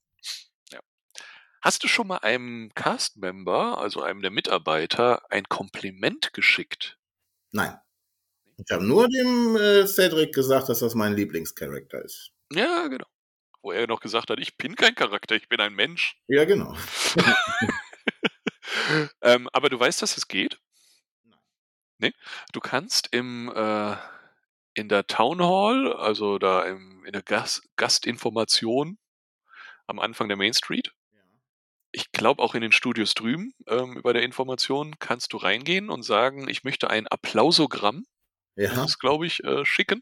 Speaker 1: Ja. Hast du schon mal einem Cast-Member, also einem der Mitarbeiter, ein Kompliment geschickt?
Speaker 2: Nein. Ich habe nur dem äh, Cedric gesagt, dass das mein Lieblingscharakter ist.
Speaker 1: Ja, genau. Wo er noch gesagt hat, ich bin kein Charakter, ich bin ein Mensch.
Speaker 2: Ja, genau.
Speaker 1: Ähm, aber du weißt, dass es geht?
Speaker 2: Nein.
Speaker 1: Nee? Du kannst im, äh, in der Town Hall, also da im, in der Gas Gastinformation am Anfang der Main Street, ich glaube auch in den Studios drüben, ähm, bei der Information, kannst du reingehen und sagen, ich möchte ein Applausogramm,
Speaker 2: Ja.
Speaker 1: das glaube ich, äh, schicken.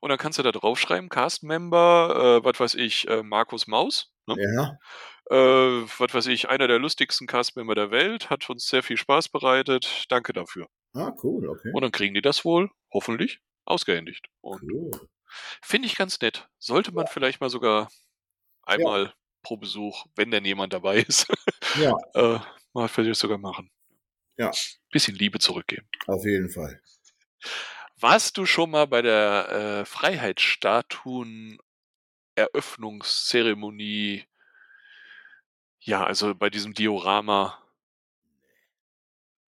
Speaker 1: Und dann kannst du da draufschreiben, Cast-Member, äh, was weiß ich, äh, Markus Maus, ne?
Speaker 2: Ja.
Speaker 1: äh, was weiß ich, einer der lustigsten Castmember der Welt, hat uns sehr viel Spaß bereitet, danke dafür.
Speaker 2: Ah, cool, okay.
Speaker 1: Und dann kriegen die das wohl, hoffentlich, ausgehändigt. Und
Speaker 2: Cool.
Speaker 1: finde ich ganz nett. Sollte man vielleicht mal sogar einmal pro Besuch, wenn denn jemand dabei ist,
Speaker 2: Ja,
Speaker 1: äh, mal vielleicht sogar machen.
Speaker 2: Ja.
Speaker 1: Bisschen Liebe zurückgeben.
Speaker 2: auf jeden Fall.
Speaker 1: Warst du schon mal bei der äh, Freiheitsstatuen Eröffnungszeremonie? Ja, also bei diesem Diorama.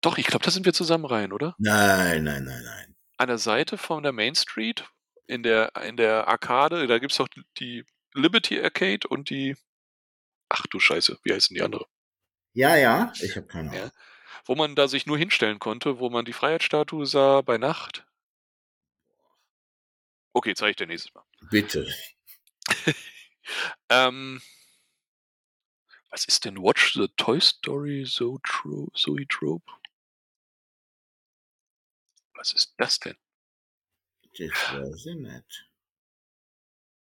Speaker 1: Doch, ich glaube, da sind wir zusammen rein, oder?
Speaker 2: Nein, nein, nein, nein.
Speaker 1: An der Seite von der Main Street, in der, in der Arcade, da gibt's doch die Liberty Arcade und die. Ach du Scheiße, wie heißen die andere?
Speaker 2: Ja, ja, ich habe keine
Speaker 1: Ja.
Speaker 2: Ahnung.
Speaker 1: Wo man da sich nur hinstellen konnte, wo man die Freiheitsstatue sah bei Nacht. Okay, zeige ich dir nächstes Mal.
Speaker 2: Bitte.
Speaker 1: Ähm, was ist denn Watch the Toy Story so true, Zoetrope? Was ist das denn?
Speaker 2: Das weiß ich nicht.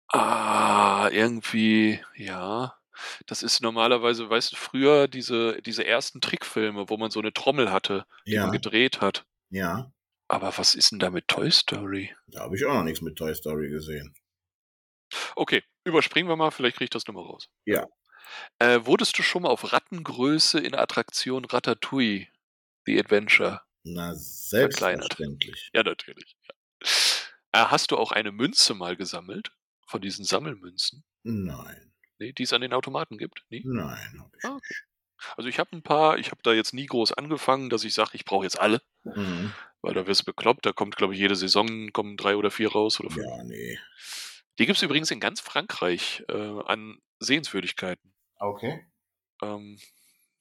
Speaker 1: Ah, irgendwie, ja. Das ist normalerweise, weißt du, früher diese, diese ersten Trickfilme, wo man so eine Trommel hatte, die man
Speaker 2: Ja,
Speaker 1: gedreht hat.
Speaker 2: ja.
Speaker 1: Aber was ist denn da mit Toy Story?
Speaker 2: Da habe ich auch noch nichts mit Toy Story gesehen.
Speaker 1: Okay, überspringen wir mal, vielleicht kriege ich das nochmal raus.
Speaker 2: Ja.
Speaker 1: Äh, wurdest du schon mal auf Rattengröße in der Attraktion Ratatouille The Adventure.
Speaker 2: Na, selbstverständlich.
Speaker 1: Ja, natürlich. Ja. Äh, hast du auch eine Münze mal gesammelt? Von diesen Sammelmünzen?
Speaker 2: Nein,
Speaker 1: Nee, die es an den Automaten gibt?
Speaker 2: Hm.
Speaker 1: Nie?
Speaker 2: nein, hab ich
Speaker 1: Ah, okay. Also ich habe ein paar, ich habe da jetzt nie groß angefangen, dass ich sage, ich brauche jetzt alle,
Speaker 2: nicht. Mhm.
Speaker 1: weil da wirst du bekloppt. Da kommt, glaube ich, jede Saison kommen drei oder vier raus oder fünf.
Speaker 2: Ja, nee.
Speaker 1: Die gibt es übrigens in ganz Frankreich äh, an Sehenswürdigkeiten.
Speaker 2: Okay.
Speaker 1: Ähm,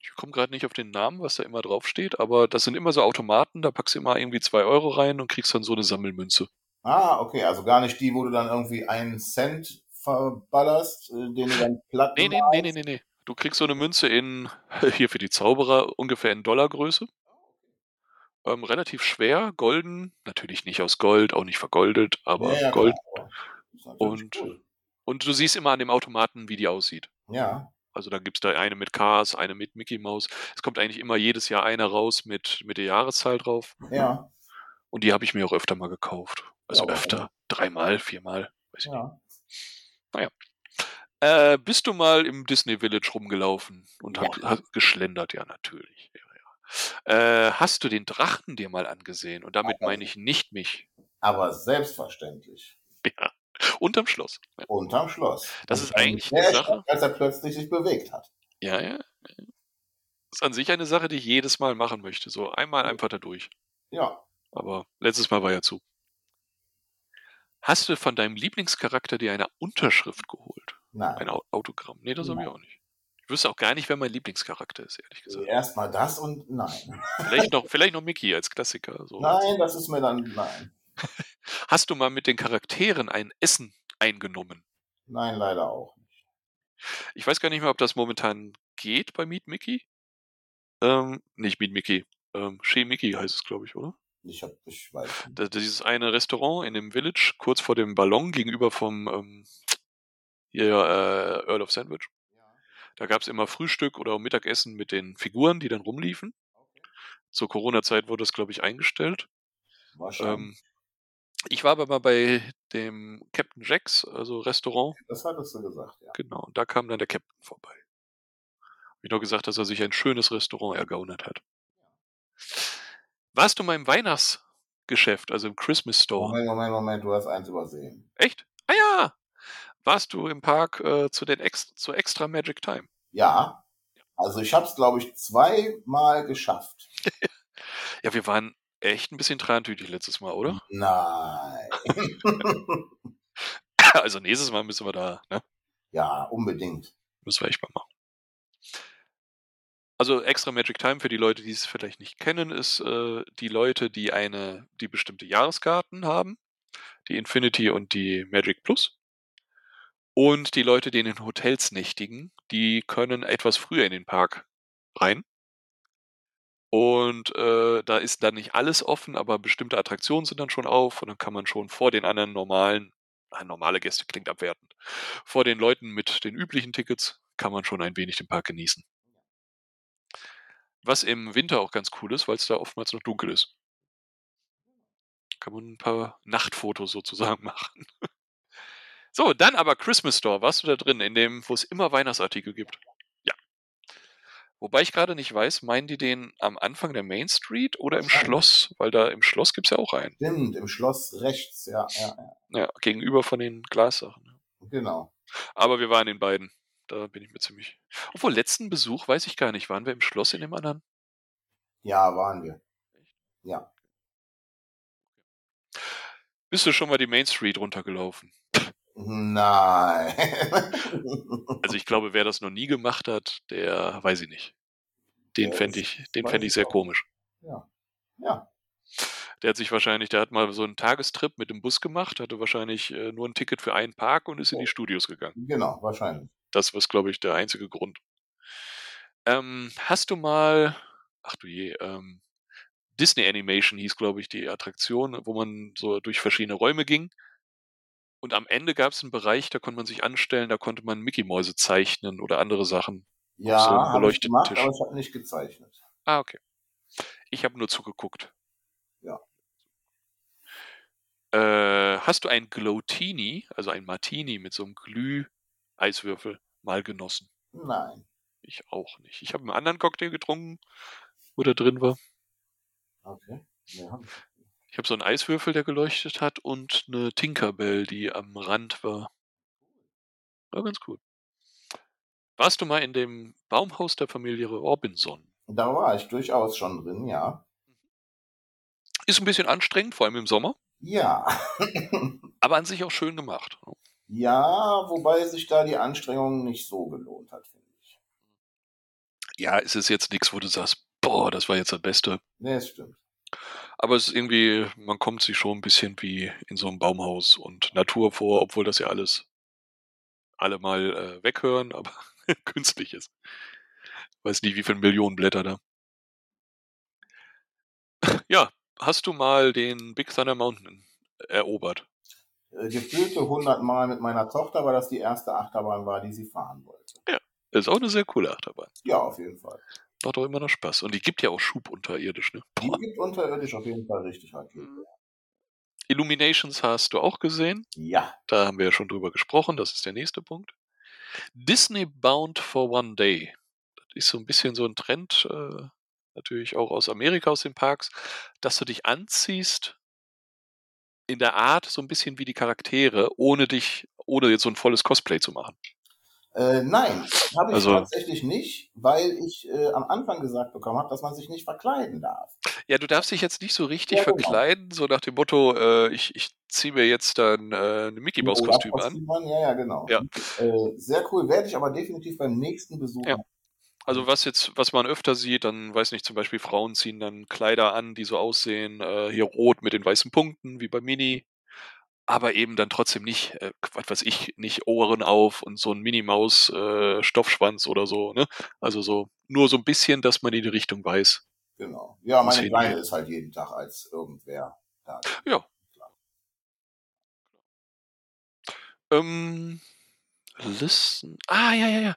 Speaker 1: ich komme gerade nicht auf den Namen, was da immer draufsteht, aber das sind immer so Automaten, da packst du immer irgendwie zwei Euro rein und kriegst dann so eine Sammelmünze.
Speaker 2: Ah, okay, also gar nicht die, wo du dann irgendwie einen Cent verballerst, äh, den du dann platt
Speaker 1: Nee, nee,
Speaker 2: machst.
Speaker 1: nee, nee, nee, nee. Du kriegst so eine Münze in, hier für die Zauberer, ungefähr in Dollargröße.
Speaker 2: Oh,
Speaker 1: Ähm, relativ schwer, golden, natürlich nicht aus Gold, auch nicht vergoldet, aber
Speaker 2: Ja, ja,
Speaker 1: Gold.
Speaker 2: klar, aber ist natürlich
Speaker 1: Und-
Speaker 2: cool.
Speaker 1: Und du siehst immer an dem Automaten, wie die aussieht.
Speaker 2: Ja,
Speaker 1: Also da gibt's da eine mit Cars, eine mit Mickey Mouse. Es kommt eigentlich immer jedes Jahr einer raus mit, mit der Jahreszahl drauf.
Speaker 2: ja,
Speaker 1: Und die habe ich mir auch öfter mal gekauft. Also
Speaker 2: Ja.
Speaker 1: öfter. Dreimal, viermal. Weiß ich nicht.
Speaker 2: ja.
Speaker 1: Äh, bist du mal im Disney Village rumgelaufen und hab, hab geschlendert? Ja, natürlich. Ja, ja. Äh, hast du den Drachen dir mal angesehen? Und damit
Speaker 2: Aber-
Speaker 1: meine ich nicht mich.
Speaker 2: Aber selbstverständlich.
Speaker 1: Ja. Unterm Schloss. Ja.
Speaker 2: Unterm Schloss.
Speaker 1: Das ist eigentlich
Speaker 2: Sehr
Speaker 1: eine
Speaker 2: stark,
Speaker 1: Sache.
Speaker 2: Als er plötzlich sich bewegt hat.
Speaker 1: Ja, ja. Das ist an sich eine Sache, die ich jedes Mal machen möchte. So einmal einfach da durch.
Speaker 2: Ja.
Speaker 1: Aber letztes Mal war ja zu. Hast du von deinem Lieblingscharakter dir eine Unterschrift geholt?
Speaker 2: Nein.
Speaker 1: Ein Au- Autogramm? Nee, das habe ich auch nicht. Ich wüsste auch gar nicht, wer mein Lieblingscharakter ist, ehrlich gesagt.
Speaker 2: Erstmal das und nein.
Speaker 1: Vielleicht noch, vielleicht noch Mickey als Klassiker. So.
Speaker 2: Nein, das ist mir dann nein.
Speaker 1: Hast du mal mit den Charakteren ein Essen eingenommen?
Speaker 2: Nein, leider auch.
Speaker 1: Ich weiß gar nicht mehr, ob das momentan geht bei Meet Mickey. Ähm, nicht Meet Mickey. Ähm, Chez Mickey heißt es, glaube ich, oder?
Speaker 2: Ich hab, ich weiß. nicht.
Speaker 1: Da, dieses eine Restaurant in dem Village, kurz vor dem Ballon, gegenüber vom ähm, hier, äh, Earl of Sandwich. Da gab es immer Frühstück oder Mittagessen mit den Figuren, die dann rumliefen. Zur Corona-Zeit wurde das, glaube ich, eingestellt.
Speaker 2: Wahrscheinlich.
Speaker 1: Ähm, ich war aber mal bei dem Captain Jacks, also Restaurant.
Speaker 2: das hattest du gesagt, ja.
Speaker 1: Genau, und da kam dann der Captain vorbei. Hab ich noch gesagt, dass er sich ein schönes Restaurant ergaunert hat. Warst du mal im Weihnachtsgeschäft, also im Christmas Store?
Speaker 2: Moment, Moment, Moment, du hast eins übersehen.
Speaker 1: Echt? Ah ja! Warst du im Park äh, zu den Ex zu Extra Magic Time?
Speaker 2: Ja. Also ich hab's, glaube ich, zweimal geschafft.
Speaker 1: Ja, wir waren echt ein bisschen trantütig letztes Mal, oder?
Speaker 2: Nein.
Speaker 1: Also nächstes Mal müssen wir da, ne?
Speaker 2: Ja, unbedingt.
Speaker 1: Müssen wir echt mal machen. Also Extra Magic Time für die Leute, die es vielleicht nicht kennen, ist äh, die Leute, die eine, die bestimmte Jahreskarten haben, die Infinity und die Magic Plus. Und die Leute, die in den Hotels nächtigen, die können etwas früher in den Park rein. Und äh, da ist dann nicht alles offen, aber bestimmte Attraktionen sind dann schon auf und dann kann man schon vor den anderen normalen, ah, normale Gäste klingt abwertend, vor den Leuten mit den üblichen Tickets kann man schon ein wenig den Park genießen. Was im Winter auch ganz cool ist, weil es da oftmals noch dunkel ist. Kann man ein paar Nachtfotos sozusagen machen. So, dann aber Christmas Store. Warst du da drin, in dem, wo es immer Weihnachtsartikel gibt? Ja. Wobei ich gerade nicht weiß, meinen die den am Anfang der Main Street oder im Schloss? Weil da im Schloss gibt es ja auch einen.
Speaker 2: Stimmt, im Schloss rechts, ja, ja, ja.
Speaker 1: Ja, gegenüber von den Glassachen.
Speaker 2: Genau.
Speaker 1: Aber wir waren in beiden. Da bin ich mir ziemlich. Obwohl, letzten Besuch weiß ich gar nicht. Waren wir im Schloss in dem anderen?
Speaker 2: Ja, waren wir.
Speaker 1: Bist du schon mal die Main Street runtergelaufen?
Speaker 2: Nein.
Speaker 1: Also ich glaube, wer das noch nie gemacht hat, der weiß ich nicht. Den
Speaker 2: Ja,
Speaker 1: fänd
Speaker 2: das
Speaker 1: ich, den
Speaker 2: weiß
Speaker 1: fänd ich
Speaker 2: ich
Speaker 1: sehr
Speaker 2: auch.
Speaker 1: komisch.
Speaker 2: Ja. Ja.
Speaker 1: Der hat sich wahrscheinlich, der hat mal so einen Tagestrip mit dem Bus gemacht, hatte wahrscheinlich äh, nur ein Ticket für einen Park und ist in die
Speaker 2: Ja.
Speaker 1: Studios gegangen.
Speaker 2: Genau, wahrscheinlich.
Speaker 1: Das ist, glaube ich, der einzige Grund. Ähm, hast du mal, ach du je, ähm, Disney Animation hieß, glaube ich, die Attraktion, wo man so durch verschiedene Räume ging. Und am Ende gab es einen Bereich, da konnte man sich anstellen, da konnte man Mickey-Mäuse zeichnen oder andere Sachen.
Speaker 2: Ja,
Speaker 1: so einen
Speaker 2: habe ich
Speaker 1: beleuchteten
Speaker 2: gemacht,
Speaker 1: Tisch.
Speaker 2: aber ich habe nicht gezeichnet.
Speaker 1: Ah, okay. Ich habe nur zugeguckt.
Speaker 2: Ja.
Speaker 1: Äh, hast du ein Glowtini, also ein Martini mit so einem Glüh-Eiswürfel mal genossen?
Speaker 2: Nein.
Speaker 1: Ich auch nicht. Ich habe einen anderen Cocktail getrunken, wo der drin war.
Speaker 2: Okay. Ja.
Speaker 1: Ich habe so einen Eiswürfel, der geleuchtet hat und eine Tinkerbell, die am Rand war. War ganz cool. Warst du mal in dem Baumhaus der Familie Robinson?
Speaker 2: Da war ich durchaus schon drin, ja.
Speaker 1: Ist ein bisschen anstrengend, vor allem im Sommer,
Speaker 2: Ja.
Speaker 1: aber an sich auch schön gemacht.
Speaker 2: ja, wobei sich da die Anstrengung nicht so gelohnt hat, finde ich.
Speaker 1: Ja, es ist jetzt nichts, wo du sagst, boah, das war jetzt das Beste.
Speaker 2: Nee, das stimmt.
Speaker 1: Aber es ist irgendwie, man kommt sich schon ein bisschen wie in so einem Baumhaus und Natur vor, obwohl das ja alles alle mal äh, weghören, aber künstlich ist. Weiß nie, wie viele Millionen Blätter da. ja, hast du mal den Big Thunder Mountain erobert?
Speaker 2: Äh, Gefühlte 100 Mal mit meiner Tochter, weil das die erste Achterbahn war, die sie fahren wollte.
Speaker 1: Ist auch eine sehr coole Achterbahn.
Speaker 2: Ja, auf jeden Fall.
Speaker 1: Macht auch immer noch Spaß. Und die gibt ja auch Schub unterirdisch, ne?
Speaker 2: Die
Speaker 1: Boah.
Speaker 2: gibt unterirdisch auf jeden Fall richtig Rakete.
Speaker 1: Illuminations hast du auch gesehen.
Speaker 2: Ja.
Speaker 1: Da haben wir ja schon drüber gesprochen. Das ist der nächste Punkt. Disney Bound for One Day. Das ist so ein bisschen so ein Trend, äh, natürlich auch aus Amerika, aus den Parks, dass du dich anziehst in der Art so ein bisschen wie die Charaktere, ohne dich, ohne jetzt so ein volles Cosplay zu machen.
Speaker 2: Äh, nein, habe ich
Speaker 1: Also-
Speaker 2: tatsächlich nicht, weil ich äh, am Anfang gesagt bekommen habe, dass man sich nicht verkleiden darf.
Speaker 1: Ja, du darfst dich jetzt nicht so richtig
Speaker 2: Ja, genau.
Speaker 1: verkleiden, so nach dem Motto, äh, ich, ich ziehe mir jetzt dann äh, ein Mickey Mouse Kostüm
Speaker 2: Oder
Speaker 1: an.
Speaker 2: Kostüm an. Ja, ja, genau.
Speaker 1: Ja.
Speaker 2: Äh, sehr cool, werde ich aber definitiv beim nächsten Besuch
Speaker 1: Ja.
Speaker 2: machen.
Speaker 1: Also was jetzt, was man öfter sieht, dann weiß nicht, zum Beispiel Frauen ziehen dann Kleider an, die so aussehen, äh, hier rot mit den weißen Punkten, wie bei Mini, aber eben dann trotzdem nicht, äh, was weiß ich, nicht Ohren auf und so ein Minimaus äh, Stoffschwanz oder so, ne? Also so, nur so ein bisschen, dass man in die Richtung weiß.
Speaker 2: Genau. Ja,
Speaker 1: Muss
Speaker 2: meine
Speaker 1: hin.
Speaker 2: Kleine ist halt jeden Tag als irgendwer da.
Speaker 1: Ähm, listen. Ah, ja, ja, ja.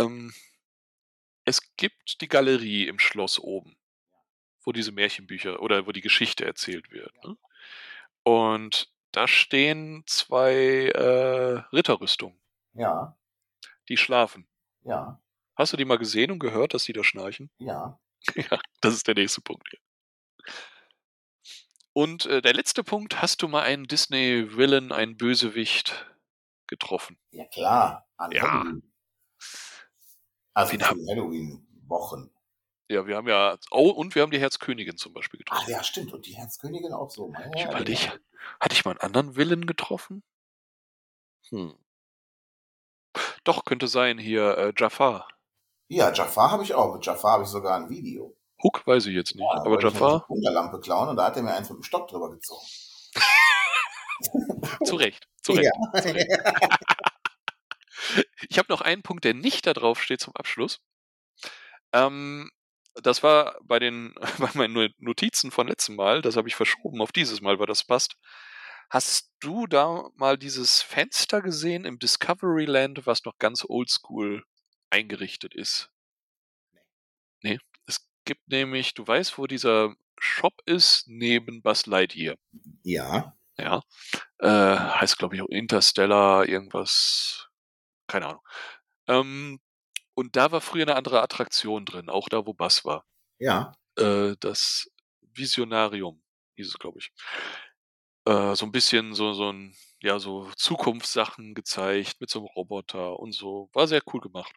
Speaker 1: Ähm, es gibt die Galerie im Schloss oben, wo diese Märchenbücher oder wo die Geschichte erzählt wird. Ne? Und da stehen zwei äh, Ritterrüstungen,
Speaker 2: Ja,
Speaker 1: die schlafen.
Speaker 2: ja,
Speaker 1: Hast du die mal gesehen und gehört, dass die da schnarchen?
Speaker 2: ja.
Speaker 1: ja, das ist der nächste Punkt. Ja. Und äh, der letzte Punkt, hast du mal einen Disney-Villain, einen Bösewicht getroffen?
Speaker 2: Ja, klar. An
Speaker 1: Ja.
Speaker 2: Halloween. Also
Speaker 1: Wen
Speaker 2: zu
Speaker 1: haben-
Speaker 2: Halloween-Wochen.
Speaker 1: Ja, wir haben ja, oh, und wir haben die Herzkönigin zum Beispiel getroffen.
Speaker 2: Ach ja, stimmt. Und die Herzkönigin auch so. Ja,
Speaker 1: Ich
Speaker 2: Ah, ja,
Speaker 1: überleg,
Speaker 2: genau.
Speaker 1: hatte ich mal einen anderen Willen getroffen? Hm. Doch, könnte sein, hier äh, Jafar.
Speaker 2: Ja, Jafar habe ich auch. Mit Jafar habe ich sogar ein Video.
Speaker 1: Hook weiß ich jetzt nicht,
Speaker 2: Ja, da
Speaker 1: aber
Speaker 2: wollte ich mir
Speaker 1: Jafar,
Speaker 2: die Wunderlampe klauen und da hat er mir eins mit dem Stock drüber gezogen.
Speaker 1: zu Recht, zu Recht.
Speaker 2: Ja.
Speaker 1: Zu Recht. ich habe noch einen Punkt, der nicht da drauf steht zum Abschluss. Ähm, das war bei den bei meinen Notizen von letztem Mal, das habe ich verschoben auf dieses Mal, weil das passt. Hast du da mal dieses Fenster gesehen im Discoveryland, was noch ganz oldschool eingerichtet ist? Nee, es gibt nämlich, du weißt, wo dieser Shop ist, neben Buzz Lightyear.
Speaker 2: Ja.
Speaker 1: Ja. Äh, heißt, glaube ich, auch Interstellar, irgendwas. Keine Ahnung. Ähm, und da war früher eine andere Attraktion drin, auch da, wo Bass war.
Speaker 2: Ja.
Speaker 1: Äh, das Visionarium, hieß es, glaube ich. Äh, so ein bisschen so, so ein, ja, so Zukunftssachen gezeigt mit so einem Roboter und so. War sehr cool gemacht.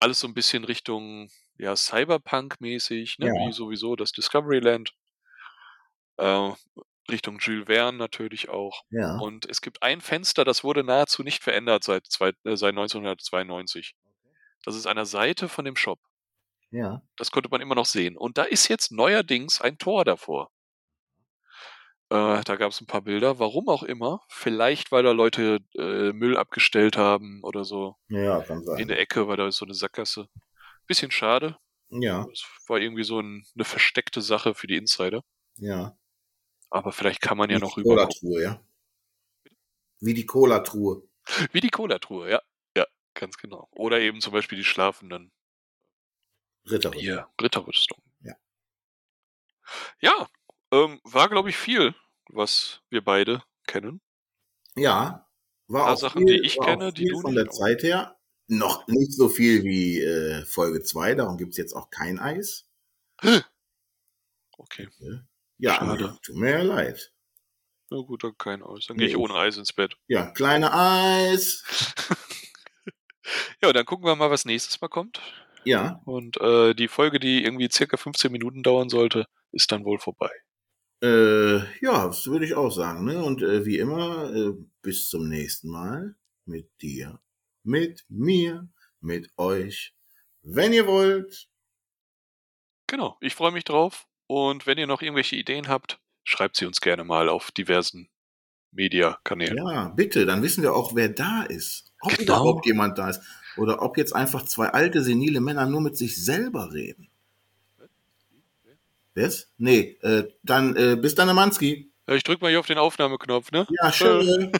Speaker 1: Alles so ein bisschen Richtung, ja, Cyberpunk-mäßig, ne?
Speaker 2: Ja.
Speaker 1: wie sowieso das Discoveryland. Äh, Richtung Jules Verne natürlich auch.
Speaker 2: Ja.
Speaker 1: Und es gibt ein Fenster, das wurde nahezu nicht verändert seit, zwei, äh, seit 1992. Das ist an der Seite von dem Shop.
Speaker 2: Ja.
Speaker 1: Das konnte man immer noch sehen. Und da ist jetzt neuerdings ein Tor davor. Äh, da gab es ein paar Bilder, warum auch immer. Vielleicht, weil da Leute äh, Müll abgestellt haben oder so
Speaker 2: Ja, kann
Speaker 1: in
Speaker 2: sein.
Speaker 1: der Ecke, weil da ist so eine Sackgasse. Bisschen schade.
Speaker 2: Ja.
Speaker 1: Es war irgendwie so ein, eine versteckte Sache für die Insider.
Speaker 2: Ja.
Speaker 1: Aber vielleicht kann man ja
Speaker 2: Wie
Speaker 1: noch
Speaker 2: die
Speaker 1: rüber. gucken.
Speaker 2: Cola-Truhe, ja. Wie die Cola-Truhe.
Speaker 1: Wie die Cola-Truhe, ja. Ja, ganz genau. Oder eben zum Beispiel die Schlafenden.
Speaker 2: Ritter.
Speaker 1: Hier, Ritterrüstung.
Speaker 2: Ja.
Speaker 1: Ja, ähm, war, glaube ich, viel, was wir beide kennen.
Speaker 2: Ja. War
Speaker 1: Ah,
Speaker 2: auch
Speaker 1: Sachen,
Speaker 2: viel,
Speaker 1: die ich
Speaker 2: war
Speaker 1: kenne,
Speaker 2: auch
Speaker 1: die
Speaker 2: viel
Speaker 1: du
Speaker 2: von
Speaker 1: nicht.
Speaker 2: der Zeit her. Noch nicht so viel wie äh, Folge 2, darum gibt es jetzt auch kein Eis.
Speaker 1: Okay.
Speaker 2: Ja,
Speaker 1: Schade.
Speaker 2: tut mir ja leid.
Speaker 1: Na gut, dann kein Eis. Dann
Speaker 2: Nee.
Speaker 1: gehe ich ohne Eis ins Bett.
Speaker 2: Ja, kleine Eis.
Speaker 1: Ja, dann gucken wir mal, was nächstes Mal kommt.
Speaker 2: Ja,
Speaker 1: Und äh, die Folge, die irgendwie circa 15 Minuten dauern sollte, ist dann wohl vorbei.
Speaker 2: äh, ja, das würde ich auch sagen. Ne? Und äh, wie immer, äh, bis zum nächsten Mal mit dir, mit mir, mit euch, wenn ihr wollt.
Speaker 1: Genau, ich freue mich drauf. Und wenn ihr noch irgendwelche Ideen habt, schreibt sie uns gerne mal auf diversen Mediakanälen.
Speaker 2: Ja, bitte, dann wissen wir auch, wer da ist. Ob
Speaker 1: Genau.
Speaker 2: überhaupt jemand da ist. Oder ob jetzt einfach zwei alte, senile Männer nur mit sich selber reden. Was? Nee, äh, dann äh, bis dann, Amanski.
Speaker 1: Ja. Ich drücke mal hier auf den Aufnahmeknopf, ne?
Speaker 2: Ja, schön.